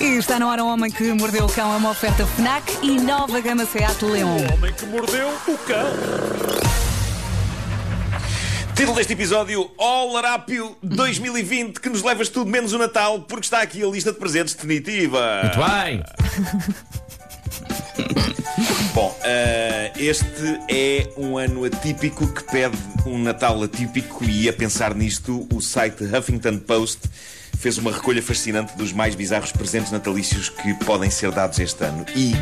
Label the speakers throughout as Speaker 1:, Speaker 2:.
Speaker 1: está na hora o homem que mordeu o cão, é uma oferta FNAC e nova gama Seat Leon.
Speaker 2: O homem que mordeu o cão.
Speaker 3: Título deste episódio: Olarápio 2020, que nos levas tudo menos o Natal, porque está aqui a lista de presentes definitiva.
Speaker 4: Muito bem!
Speaker 3: Bom, eh, este é um ano atípico que pede um Natal atípico, e a pensar nisto, o site Huffington Post fez uma recolha fascinante dos mais bizarros presentes natalícios que podem ser dados este ano. E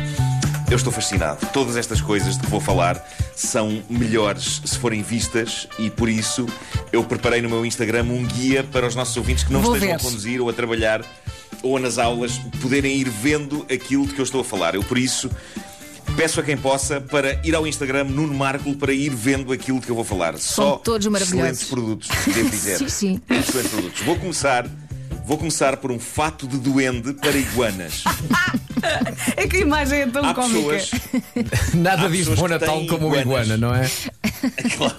Speaker 3: eu estou fascinado. Todas estas coisas de que vou falar são melhores se forem vistas, e por isso eu preparei no meu Instagram um guia para os nossos ouvintes que não
Speaker 1: Vou
Speaker 3: estejam
Speaker 1: ver.
Speaker 3: a conduzir conduzir ou a trabalhar ou nas aulas poderem ir vendo aquilo de que eu estou a falar. Eu, por isso, peço a quem possa para ir ao Instagram Nuno Marco para ir vendo aquilo de que eu vou falar. Só
Speaker 5: todos maravilhosos.
Speaker 3: excelentes produtos, devo dizer.
Speaker 5: Sim, sim.
Speaker 3: Excelentes produtos. Vou começar, vou começar por um fato de duende para iguanas.
Speaker 1: É que a imagem
Speaker 5: Um
Speaker 1: é tão
Speaker 3: Há
Speaker 1: cómica.
Speaker 3: pessoas
Speaker 4: Nada
Speaker 3: Há
Speaker 4: diz
Speaker 3: pessoas
Speaker 4: bom
Speaker 3: que
Speaker 4: Natal
Speaker 3: têm
Speaker 4: como uma
Speaker 3: iguanas.
Speaker 4: iguana, não é?
Speaker 3: Claro.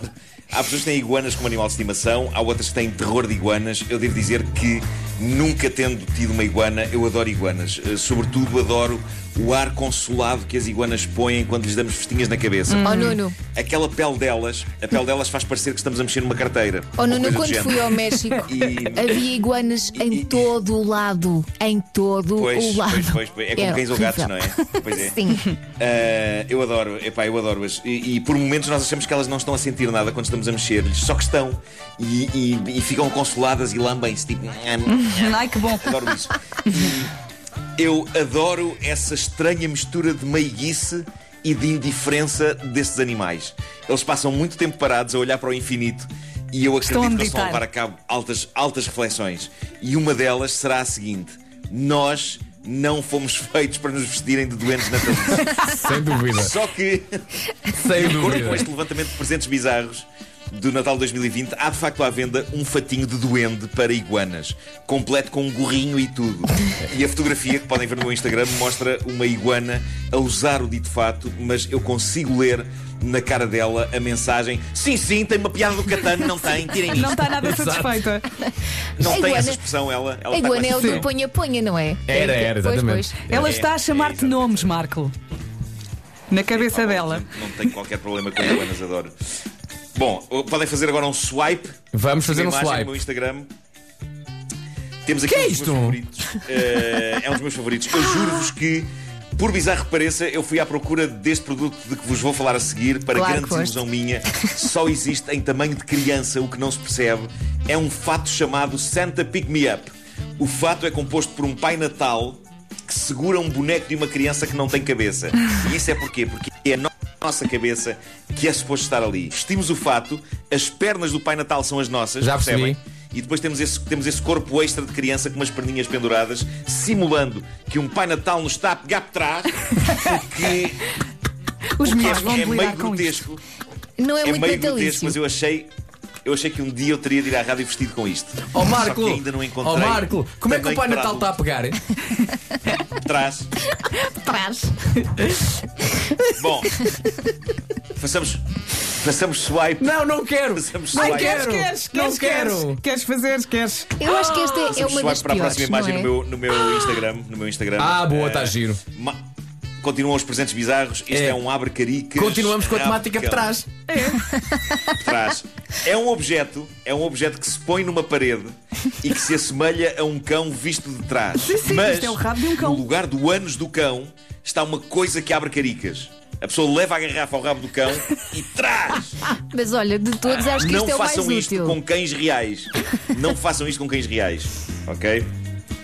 Speaker 3: Há pessoas que têm iguanas como animal de estimação, há outras que têm terror de iguanas. Eu devo dizer que, nunca tendo tido uma iguana, eu adoro iguanas. Eh, Sobretudo adoro o ar consolado que as iguanas põem quando lhes damos festinhas na cabeça.
Speaker 5: Oh Nuno,
Speaker 3: Aquela pele delas, a pele delas faz parecer que estamos a mexer numa carteira.
Speaker 5: oh,
Speaker 3: Ou
Speaker 5: Nuno
Speaker 3: coisa do
Speaker 5: quando
Speaker 3: género.
Speaker 5: fui ao México
Speaker 3: E-
Speaker 5: havia iguanas em todo o lado. Em todo
Speaker 3: Pois,
Speaker 5: o lado.
Speaker 3: pois, pois, pois. É como
Speaker 5: Era
Speaker 3: cães ou gatos, não
Speaker 5: horrível.
Speaker 3: é? Pois é.
Speaker 5: Sim.
Speaker 3: Ah, eu adoro, epá, eu adoro-as. E, e por momentos nós achamos que elas não estão a sentir nada quando estamos a mexer-lhes, só que estão. E, e- e ficam consoladas e lambem-se, tipo.
Speaker 1: Ai que bom.
Speaker 3: Adoro isso. E eu adoro essa estranha mistura de meiguice e de indiferença destes animais. Eles passam muito tempo parados a olhar para o infinito e eu
Speaker 1: Estão a
Speaker 3: acredito que eles vão
Speaker 1: meditar.
Speaker 3: levar a cabo altas, altas reflexões. E uma delas será a seguinte: nós não fomos feitos para nos vestirem de doentes natalinos.
Speaker 4: Sem dúvida.
Speaker 3: Só que.
Speaker 4: Sem
Speaker 3: De acordo com
Speaker 4: dúvida.
Speaker 3: este levantamento de presentes bizarros do Natal 2020, há de facto à venda um fatinho de duende para iguanas, completo com um gorrinho e tudo. E a fotografia que podem ver no meu Instagram mostra uma iguana a usar o dito fato, mas eu consigo ler na cara dela a mensagem: Sim, sim, tem uma piada do Catano, não tem, tirem
Speaker 1: Não
Speaker 3: isto.
Speaker 1: está nada satisfeita.
Speaker 3: Não,
Speaker 5: tá A
Speaker 3: tem
Speaker 5: iguana-
Speaker 3: essa expressão, ela. ela
Speaker 5: A
Speaker 3: está com
Speaker 5: iguana é
Speaker 3: essa
Speaker 5: o do
Speaker 3: expressão.
Speaker 5: ponha-ponha, não é?
Speaker 4: Era, era,
Speaker 5: Pois,
Speaker 4: exatamente.
Speaker 5: pois.
Speaker 1: Ela
Speaker 3: É,
Speaker 1: está a
Speaker 3: é,
Speaker 1: chamar-te
Speaker 3: exatamente.
Speaker 1: nomes, Marco. Na cabeça dela.
Speaker 3: Não tenho qualquer problema com iguanas, adoro. Bom, podem fazer agora um swipe
Speaker 4: Vamos fazer um
Speaker 3: Uma imagem no
Speaker 4: swipe.
Speaker 3: meu Instagram. Temos aqui
Speaker 4: Que é
Speaker 3: um dos
Speaker 4: isto?
Speaker 3: meus favoritos. Eh, é um dos meus favoritos. Eu juro-vos que, por bizarro que pareça, eu fui à procura deste produto de que vos vou falar a seguir para
Speaker 5: Claro
Speaker 3: grande
Speaker 5: que foste.
Speaker 3: desilusão minha. Só existe em tamanho de criança, o que não se percebe. É um fato chamado Santa Pick Me Up. O fato é composto por um Pai Natal que segura um boneco de uma criança que não tem cabeça. E isso é porquê? Porque é a no- nossa cabeça que é suposto estar ali. Vestimos o fato, as pernas do Pai Natal são as nossas,
Speaker 4: Já percebi.
Speaker 3: percebem? E depois temos esse, temos esse corpo extra de criança com umas perninhas penduradas, simulando que um Pai Natal nos está a pegar por trás, o que,
Speaker 1: Os
Speaker 3: o que é,
Speaker 1: meus vão
Speaker 3: é meio
Speaker 1: lidar com isso.
Speaker 3: grotesco.
Speaker 5: Não é,
Speaker 3: É,
Speaker 5: muito
Speaker 3: meio grotesco,
Speaker 5: natalício.
Speaker 3: mas eu achei. Eu achei que um dia eu teria de ir à rádio vestido com isto.
Speaker 4: Ó
Speaker 3: Só
Speaker 4: Marco,
Speaker 3: que ainda não encontrei.
Speaker 4: ó Marco, como é que o
Speaker 3: Também
Speaker 4: Pai
Speaker 3: para
Speaker 4: Natal está a
Speaker 3: adultos.
Speaker 4: pegar? hein?
Speaker 3: Trás.
Speaker 5: Trás.
Speaker 3: Bom, façamos, façamos swipe.
Speaker 4: Não, não quero!
Speaker 3: Façamos
Speaker 4: Não
Speaker 3: swipe.
Speaker 4: quero!
Speaker 1: Queres,
Speaker 4: Não
Speaker 1: queres,
Speaker 4: quero!
Speaker 1: queres. Queres fazer, queres.
Speaker 5: Eu acho que esta é, é
Speaker 3: Façamos
Speaker 5: uma
Speaker 3: swipe
Speaker 5: das
Speaker 3: Ah, para a
Speaker 5: piores.
Speaker 3: próxima imagem
Speaker 5: não é?
Speaker 3: no, meu, no meu Instagram. No meu Instagram.
Speaker 4: Ah, boa,
Speaker 3: Eh,
Speaker 4: está giro.
Speaker 3: ma- Continuam os presentes bizarros. Este
Speaker 4: É.
Speaker 3: é, um abre caricas.
Speaker 4: Continuamos com a temática por trás.
Speaker 3: trás. É um objeto, é um objeto que se põe numa parede e que se assemelha a um cão visto de trás.
Speaker 1: sim,
Speaker 3: Mas
Speaker 1: isto é o rabo de um cão.
Speaker 3: no lugar do ânus do cão está uma coisa que abre caricas. A pessoa leva a garrafa ao rabo do cão e traz.
Speaker 5: Mas olha, de todos acho que
Speaker 3: Ah, Não
Speaker 5: este é o mais
Speaker 3: façam isto
Speaker 5: útil.
Speaker 3: com cães reais. Não façam isto com cães reais, ok?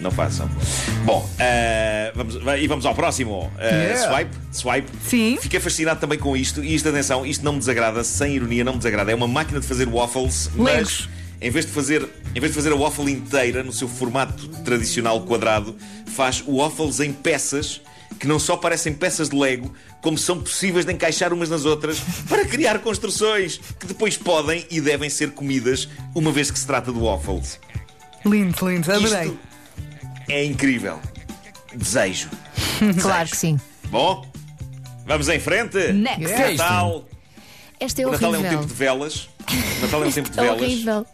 Speaker 3: Não façam. Bom, ah, vamos, vai- e vamos ao próximo. Ah,
Speaker 4: Yeah.
Speaker 3: Swipe, swipe.
Speaker 1: Sim.
Speaker 3: Fiquei fascinado também com isto. E isto, atenção, isto não me desagrada, sem ironia, não me desagrada. É uma máquina de fazer waffles,
Speaker 1: Legos.
Speaker 3: mas em vez de fazer, em vez de fazer a waffle inteira no seu formato tradicional quadrado, faz waffles em peças que não só parecem peças de Lego, como são possíveis de encaixar umas nas outras para criar construções que depois podem e devem ser comidas, uma vez que se trata de waffles.
Speaker 1: Lindo, lindo, adorei.
Speaker 3: Isto é incrível. Desejo.
Speaker 5: Claro que sim.
Speaker 3: Bom, vamos em frente?
Speaker 1: Next.
Speaker 4: Que é isto?
Speaker 3: Natal.
Speaker 5: Esta é
Speaker 3: O Natal é um
Speaker 5: horrível.
Speaker 3: tempo de velas. O Natal é um tempo de
Speaker 5: É
Speaker 3: velas.
Speaker 5: horrível.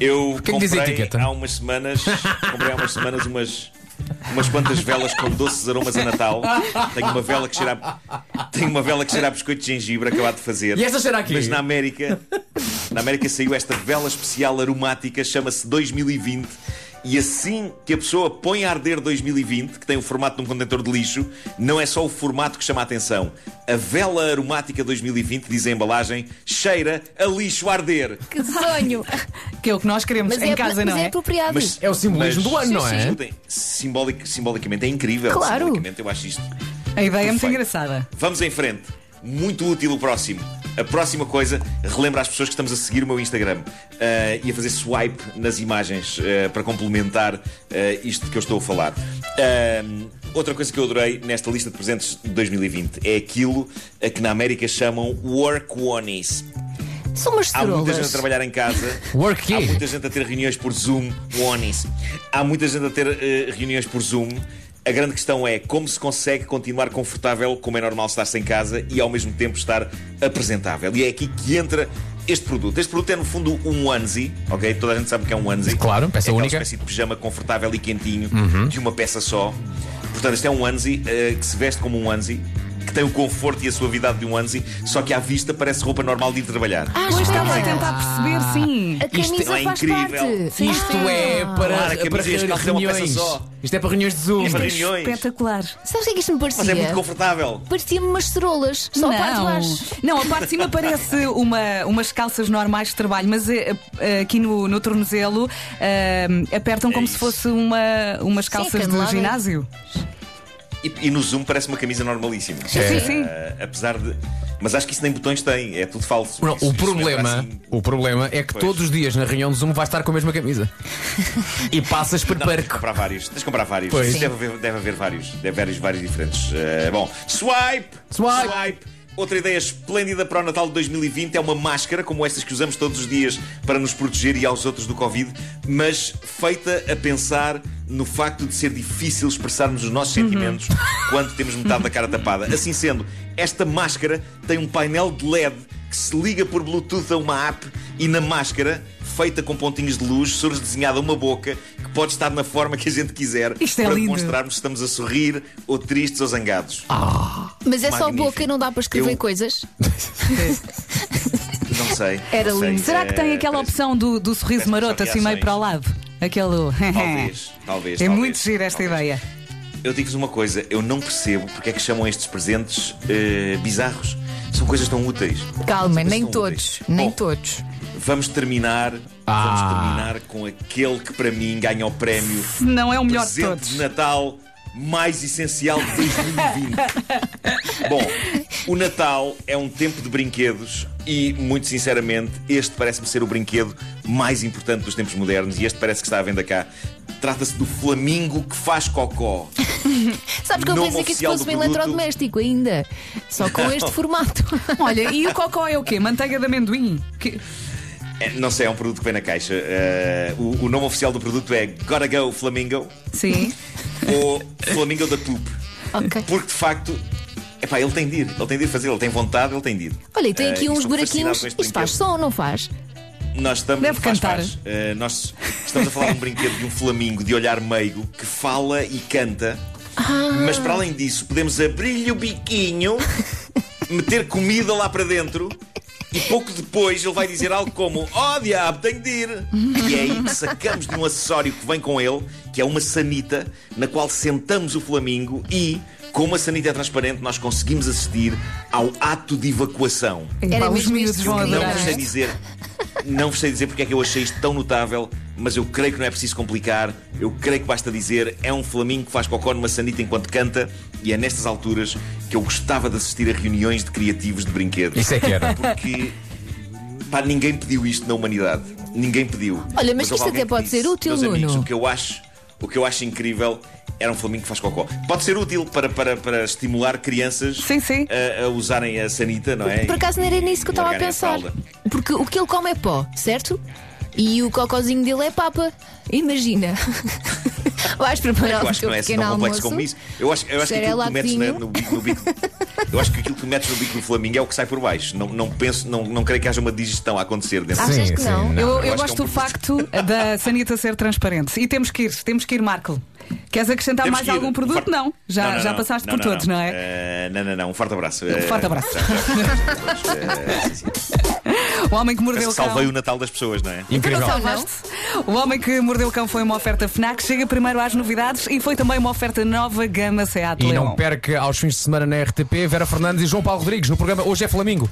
Speaker 3: Eu
Speaker 4: que é
Speaker 3: comprei
Speaker 4: diz a etiqueta?
Speaker 3: há umas semanas, comprei há umas semanas umas umas quantas velas com doces aromas a Natal. Tenho uma vela que cheira a, tenho uma vela que cheira a biscoito de gengibre, acabado de fazer.
Speaker 4: E esta cheira aqui?
Speaker 3: Mas na América, na América saiu esta vela especial aromática, chama-se 2020. E assim que a pessoa põe a arder 2020, que tem o formato de um contentor de lixo, não é só o formato que chama a atenção. A vela aromática 2020, diz a embalagem, cheira a lixo a arder.
Speaker 5: Que sonho!
Speaker 1: Que é o que nós queremos
Speaker 5: Mas,
Speaker 1: em
Speaker 5: é,
Speaker 1: casa,
Speaker 5: mas
Speaker 1: não
Speaker 5: é
Speaker 1: é?
Speaker 5: apropriado.
Speaker 3: Mas-
Speaker 4: É o simbolismo
Speaker 3: mas-
Speaker 4: do ano,
Speaker 3: Sim,
Speaker 4: não
Speaker 3: sim,
Speaker 4: é?
Speaker 3: escutem, simbolic- simbolicamente é incrível.
Speaker 5: Claro.
Speaker 3: Simbolicamente eu acho isto.
Speaker 1: A ideia é muito
Speaker 3: Perfeito.
Speaker 1: engraçada.
Speaker 3: Vamos em frente. Muito útil o próximo. A próxima coisa, relembra às pessoas que estamos a seguir o meu Instagram eh, e a fazer swipe nas imagens eh, para complementar eh, isto que eu estou a falar. Ahm, outra coisa que eu adorei nesta lista de presentes de 2020 é aquilo a que na América chamam work onies.
Speaker 5: São umas
Speaker 3: Há muita gente a
Speaker 5: cerolas.
Speaker 3: trabalhar em casa.
Speaker 4: Work
Speaker 3: Há
Speaker 4: quê?
Speaker 3: muita gente a ter reuniões por Zoom, Onis. Há muita gente a ter eh, reuniões por Zoom. A grande questão é como se consegue continuar confortável, como é normal estar-se em casa, e ao mesmo tempo estar apresentável. E é aqui que entra este produto. Este produto é, no fundo, um onesie, ok? Toda a gente sabe o que é um onesie.
Speaker 4: Claro, peça
Speaker 3: é aquela
Speaker 4: única. Uhum.
Speaker 3: espécie de pijama confortável e quentinho, de uma peça só. Portanto, este é um onesie eh, que se veste como um onesie, que tem o conforto e a suavidade de um onesie, só que à vista parece roupa normal de ir trabalhar.
Speaker 5: Ah,
Speaker 1: Pois
Speaker 5: espera.
Speaker 1: estava a tentar perceber, sim.
Speaker 5: A camisa
Speaker 3: Isto é
Speaker 5: faz
Speaker 3: incrível.
Speaker 5: parte.
Speaker 4: Isto é
Speaker 3: Claro, a
Speaker 4: para,
Speaker 3: camisa
Speaker 4: para
Speaker 3: e as calças é uma peça
Speaker 4: reuniões.
Speaker 3: só.
Speaker 4: Isto é para reuniões de Zoom.
Speaker 3: É para reuniões.
Speaker 1: Espetacular.
Speaker 5: Sabes o que é que isto me parecia?
Speaker 3: Mas é muito confortável.
Speaker 5: Parecia-me umas cerolas. Só a parte de baixo.
Speaker 1: não, a parte de cima parece uma, umas calças normais de trabalho, mas eh, eh, aqui no, no tornozelo eh, apertam
Speaker 5: É
Speaker 1: como se
Speaker 3: isso.
Speaker 1: fosse uma, umas calças de
Speaker 5: canelada.
Speaker 1: ginásio.
Speaker 3: E, e no Zoom parece uma camisa normalíssima.
Speaker 1: Sim, sim.
Speaker 3: Ah, apesar de. Mas acho que isso nem botões tem, é tudo falso.
Speaker 4: Não,
Speaker 3: Isso-
Speaker 4: o
Speaker 3: isso
Speaker 4: problema,
Speaker 3: lembra assim-
Speaker 4: o problema é que
Speaker 3: Pois.
Speaker 4: todos os dias na reunião de Zoom vais estar com a mesma camisa. e passas por
Speaker 3: Não, tens de
Speaker 4: perco.
Speaker 3: comprar vários. Tens de comprar vários.
Speaker 4: Pois.
Speaker 3: Isso Deve, haver, deve haver vários. Deve haver vários, vários diferentes. Ah, bom, swipe!
Speaker 4: Swipe.
Speaker 3: Outra ideia esplêndida para o Natal de 2020 é uma máscara, como estas que usamos todos os dias para nos proteger e aos outros do Covid, mas feita a pensar no facto de ser difícil expressarmos os nossos sentimentos
Speaker 1: Uhum.
Speaker 3: quando temos metade da cara tapada. Assim sendo, esta máscara tem um painel de LED que se liga por Bluetooth a uma app e na máscara, feita com pontinhos de luz, surge desenhada uma boca que pode estar na forma que a gente quiser
Speaker 1: Isto é
Speaker 3: para
Speaker 1: lindo.
Speaker 3: demonstrarmos se estamos a sorrir ou tristes ou zangados.
Speaker 5: Mas é só
Speaker 3: Magnífico.
Speaker 5: boca, não dá para escrever
Speaker 3: Eu-
Speaker 5: coisas.
Speaker 3: Não sei.
Speaker 5: Era
Speaker 3: não sei.
Speaker 5: lindo.
Speaker 1: Será que tem
Speaker 3: Eh,
Speaker 1: aquela
Speaker 3: parece-
Speaker 1: opção do, do sorriso
Speaker 3: parece
Speaker 1: maroto
Speaker 3: que são
Speaker 1: assim meio
Speaker 3: reações.
Speaker 1: para o lado? Aquele.
Speaker 3: Talvez, talvez.
Speaker 1: É
Speaker 3: talvez,
Speaker 1: muito giro esta
Speaker 3: talvez.
Speaker 1: ideia.
Speaker 3: Eu digo-vos uma coisa, eu não percebo porque é que chamam estes presentes eh, bizarros. São coisas tão úteis. São
Speaker 5: Calma,
Speaker 3: coisas
Speaker 5: nem
Speaker 3: tão
Speaker 5: todos.
Speaker 3: úteis.
Speaker 5: Nem
Speaker 3: Bom,
Speaker 5: todos.
Speaker 3: Vamos terminar,
Speaker 4: Ah.
Speaker 3: vamos terminar com aquele que para mim ganha o prémio
Speaker 1: Se não é o melhor de
Speaker 3: presente
Speaker 1: todos.
Speaker 3: de Natal mais essencial de 2020. Bom, o Natal é um tempo de brinquedos e, muito sinceramente, este parece-me ser o brinquedo mais importante dos tempos modernos e este parece que está à venda cá. Trata-se do Flamingo que faz cocó.
Speaker 5: Sabes que eu
Speaker 3: nome
Speaker 5: pensei que isto
Speaker 3: oficial
Speaker 5: fosse um
Speaker 3: do produto.
Speaker 5: eletrodoméstico ainda. Só com este formato.
Speaker 1: Olha, e o cocó é o quê? Manteiga de amendoim? Que-
Speaker 3: É, não sei, é um produto que vem na caixa. Eh, o, o nome oficial do produto é Gotta Go Flamingo
Speaker 1: Sim.
Speaker 3: ou Flamingo da Poop.
Speaker 5: ok.
Speaker 3: Porque, de facto, epá, ele tem de ir. Ele tem de ir fazer, ele tem vontade, ele tem de ir.
Speaker 5: Olha, e tem
Speaker 3: Eh,
Speaker 5: aqui
Speaker 3: e
Speaker 5: uns
Speaker 3: estou fascinado
Speaker 5: buraquinhos.
Speaker 3: com este
Speaker 5: Isto faz
Speaker 3: brinquedo.
Speaker 5: som ou não faz?
Speaker 3: Nós estamos,
Speaker 1: Deve
Speaker 3: faz,
Speaker 1: cantar.
Speaker 3: faz. Uh, nós estamos a falar de um brinquedo de um flamingo de olhar meigo que fala e canta,
Speaker 1: Ah.
Speaker 3: mas para além disso, podemos abrir-lhe o biquinho, meter comida lá para dentro. E pouco depois ele vai dizer algo como Oh diabo, tenho de ir E é aí que sacamos de um acessório que vem com ele Que é uma sanita Na qual sentamos o flamingo E, como a sanita é transparente Nós conseguimos assistir ao ato de evacuação
Speaker 5: Era
Speaker 1: Pá, os
Speaker 5: mesmo
Speaker 1: miúdos
Speaker 5: isto
Speaker 1: vão
Speaker 5: que eu queria.
Speaker 1: adorar.
Speaker 3: não vos sei dizer. Não vos sei dizer porque é que eu achei isto tão notável, mas eu creio que não é preciso complicar. Eu creio que basta dizer é um flamingo que faz cocó numa sanita enquanto canta e é nestas alturas que eu gostava de assistir a reuniões de criativos de brinquedos.
Speaker 4: Isso é que era.
Speaker 3: Porque pá, ninguém pediu isto na humanidade. Ninguém pediu.
Speaker 5: Olha, mas
Speaker 3: houve
Speaker 5: isto até
Speaker 3: alguém que
Speaker 5: pode
Speaker 3: disse,
Speaker 5: ser útil,
Speaker 3: "Meus amigos,
Speaker 5: Nuno."
Speaker 3: o que eu acho, o que eu acho incrível era um flamingo que faz cocó. Pode ser útil para, para, para estimular crianças
Speaker 1: Sim, sim.
Speaker 3: A, a usarem a sanita, não é?
Speaker 5: Por acaso não era nisso que eu
Speaker 3: E
Speaker 5: estava a
Speaker 3: largarem
Speaker 5: pensar.
Speaker 3: fralda.
Speaker 5: Porque o que ele come é pó, certo? E o cocôzinho dele é papa. Imagina. Vais preparar
Speaker 3: Eu
Speaker 5: o
Speaker 3: acho que
Speaker 5: teu
Speaker 3: não é assim
Speaker 5: pequeno
Speaker 3: tão complexo
Speaker 5: almoço.
Speaker 3: como isso. Eu acho, eu acho que aquilo que tu metes na- no, bico- no bico. Eu acho que aquilo que metes no bico do Flamingo é o que sai por baixo. Não, não penso, não, não creio que haja uma digestão a acontecer dentro
Speaker 5: Achas que não?
Speaker 1: Eu,
Speaker 3: acho
Speaker 1: eu
Speaker 3: que é um
Speaker 1: gosto do eh,
Speaker 3: produto.
Speaker 1: facto da sanita ser transparente. E temos que ir, temos que ir, Marco. Queres acrescentar
Speaker 3: Temos
Speaker 1: mais
Speaker 3: que ir.
Speaker 1: algum produto?
Speaker 3: Forte-
Speaker 1: Não. Já, já passaste por todos, não, é?
Speaker 3: Eh, não, não, não. Um forte abraço. Eh,
Speaker 1: Forte abraço.
Speaker 3: eh, sim, sim.
Speaker 1: O homem que
Speaker 3: Parece
Speaker 1: mordeu
Speaker 3: que
Speaker 1: o cão.
Speaker 3: Salvei o Natal das pessoas, não é?
Speaker 5: Então,
Speaker 1: Tu não
Speaker 4: Incrível.
Speaker 1: salvaste? O Homem que Mordeu o Cão foi uma oferta FNAC, chega primeiro às novidades e foi também uma oferta nova gama Seat
Speaker 4: E
Speaker 1: Leon.
Speaker 4: não perca aos fins de semana na RTP Vera Fernandes e João Paulo Rodrigues no programa Hoje é Flamingo.